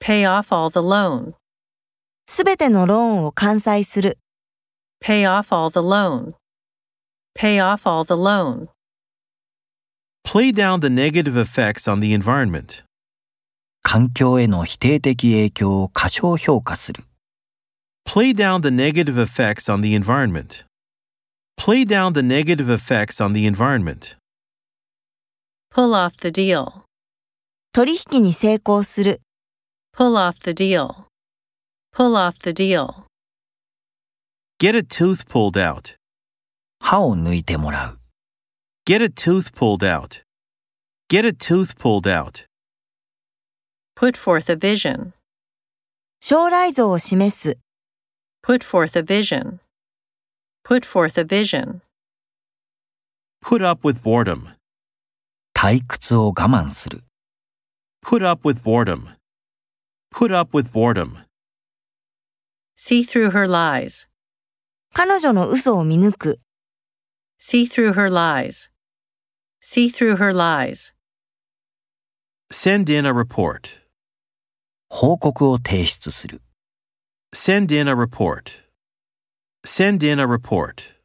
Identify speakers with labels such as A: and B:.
A: Pay off all the loan.
B: すべてのローンを完済する。
A: Pay off all the loan. Pay off all the loan.
C: Play down the negative effects on the environment.
D: 環境への否定的影響を過小評価する。
C: Play down the negative effects on the environment. Play down the negative effects on the environment.
A: Pull off the deal.
B: 取引に成功する。
A: Pull off the deal. Pull off the deal.
C: Get a tooth pulled out.
D: 歯を抜いてもらう。
C: Get a tooth pulled out. Get a tooth pulled out.
A: Put forth a vision.
B: 将来像を示す。
A: Put forth a vision. Put forth a vision.
C: Put up with boredom.
D: 退屈を我慢する。
C: Put up with boredom. Put up with boredom.
A: See through her lies.
B: 彼女の嘘を見抜く。
A: See through her lies. See through her lies.
C: Send in a report.
D: 報告を提出する。
C: Send in a report. Send in a report.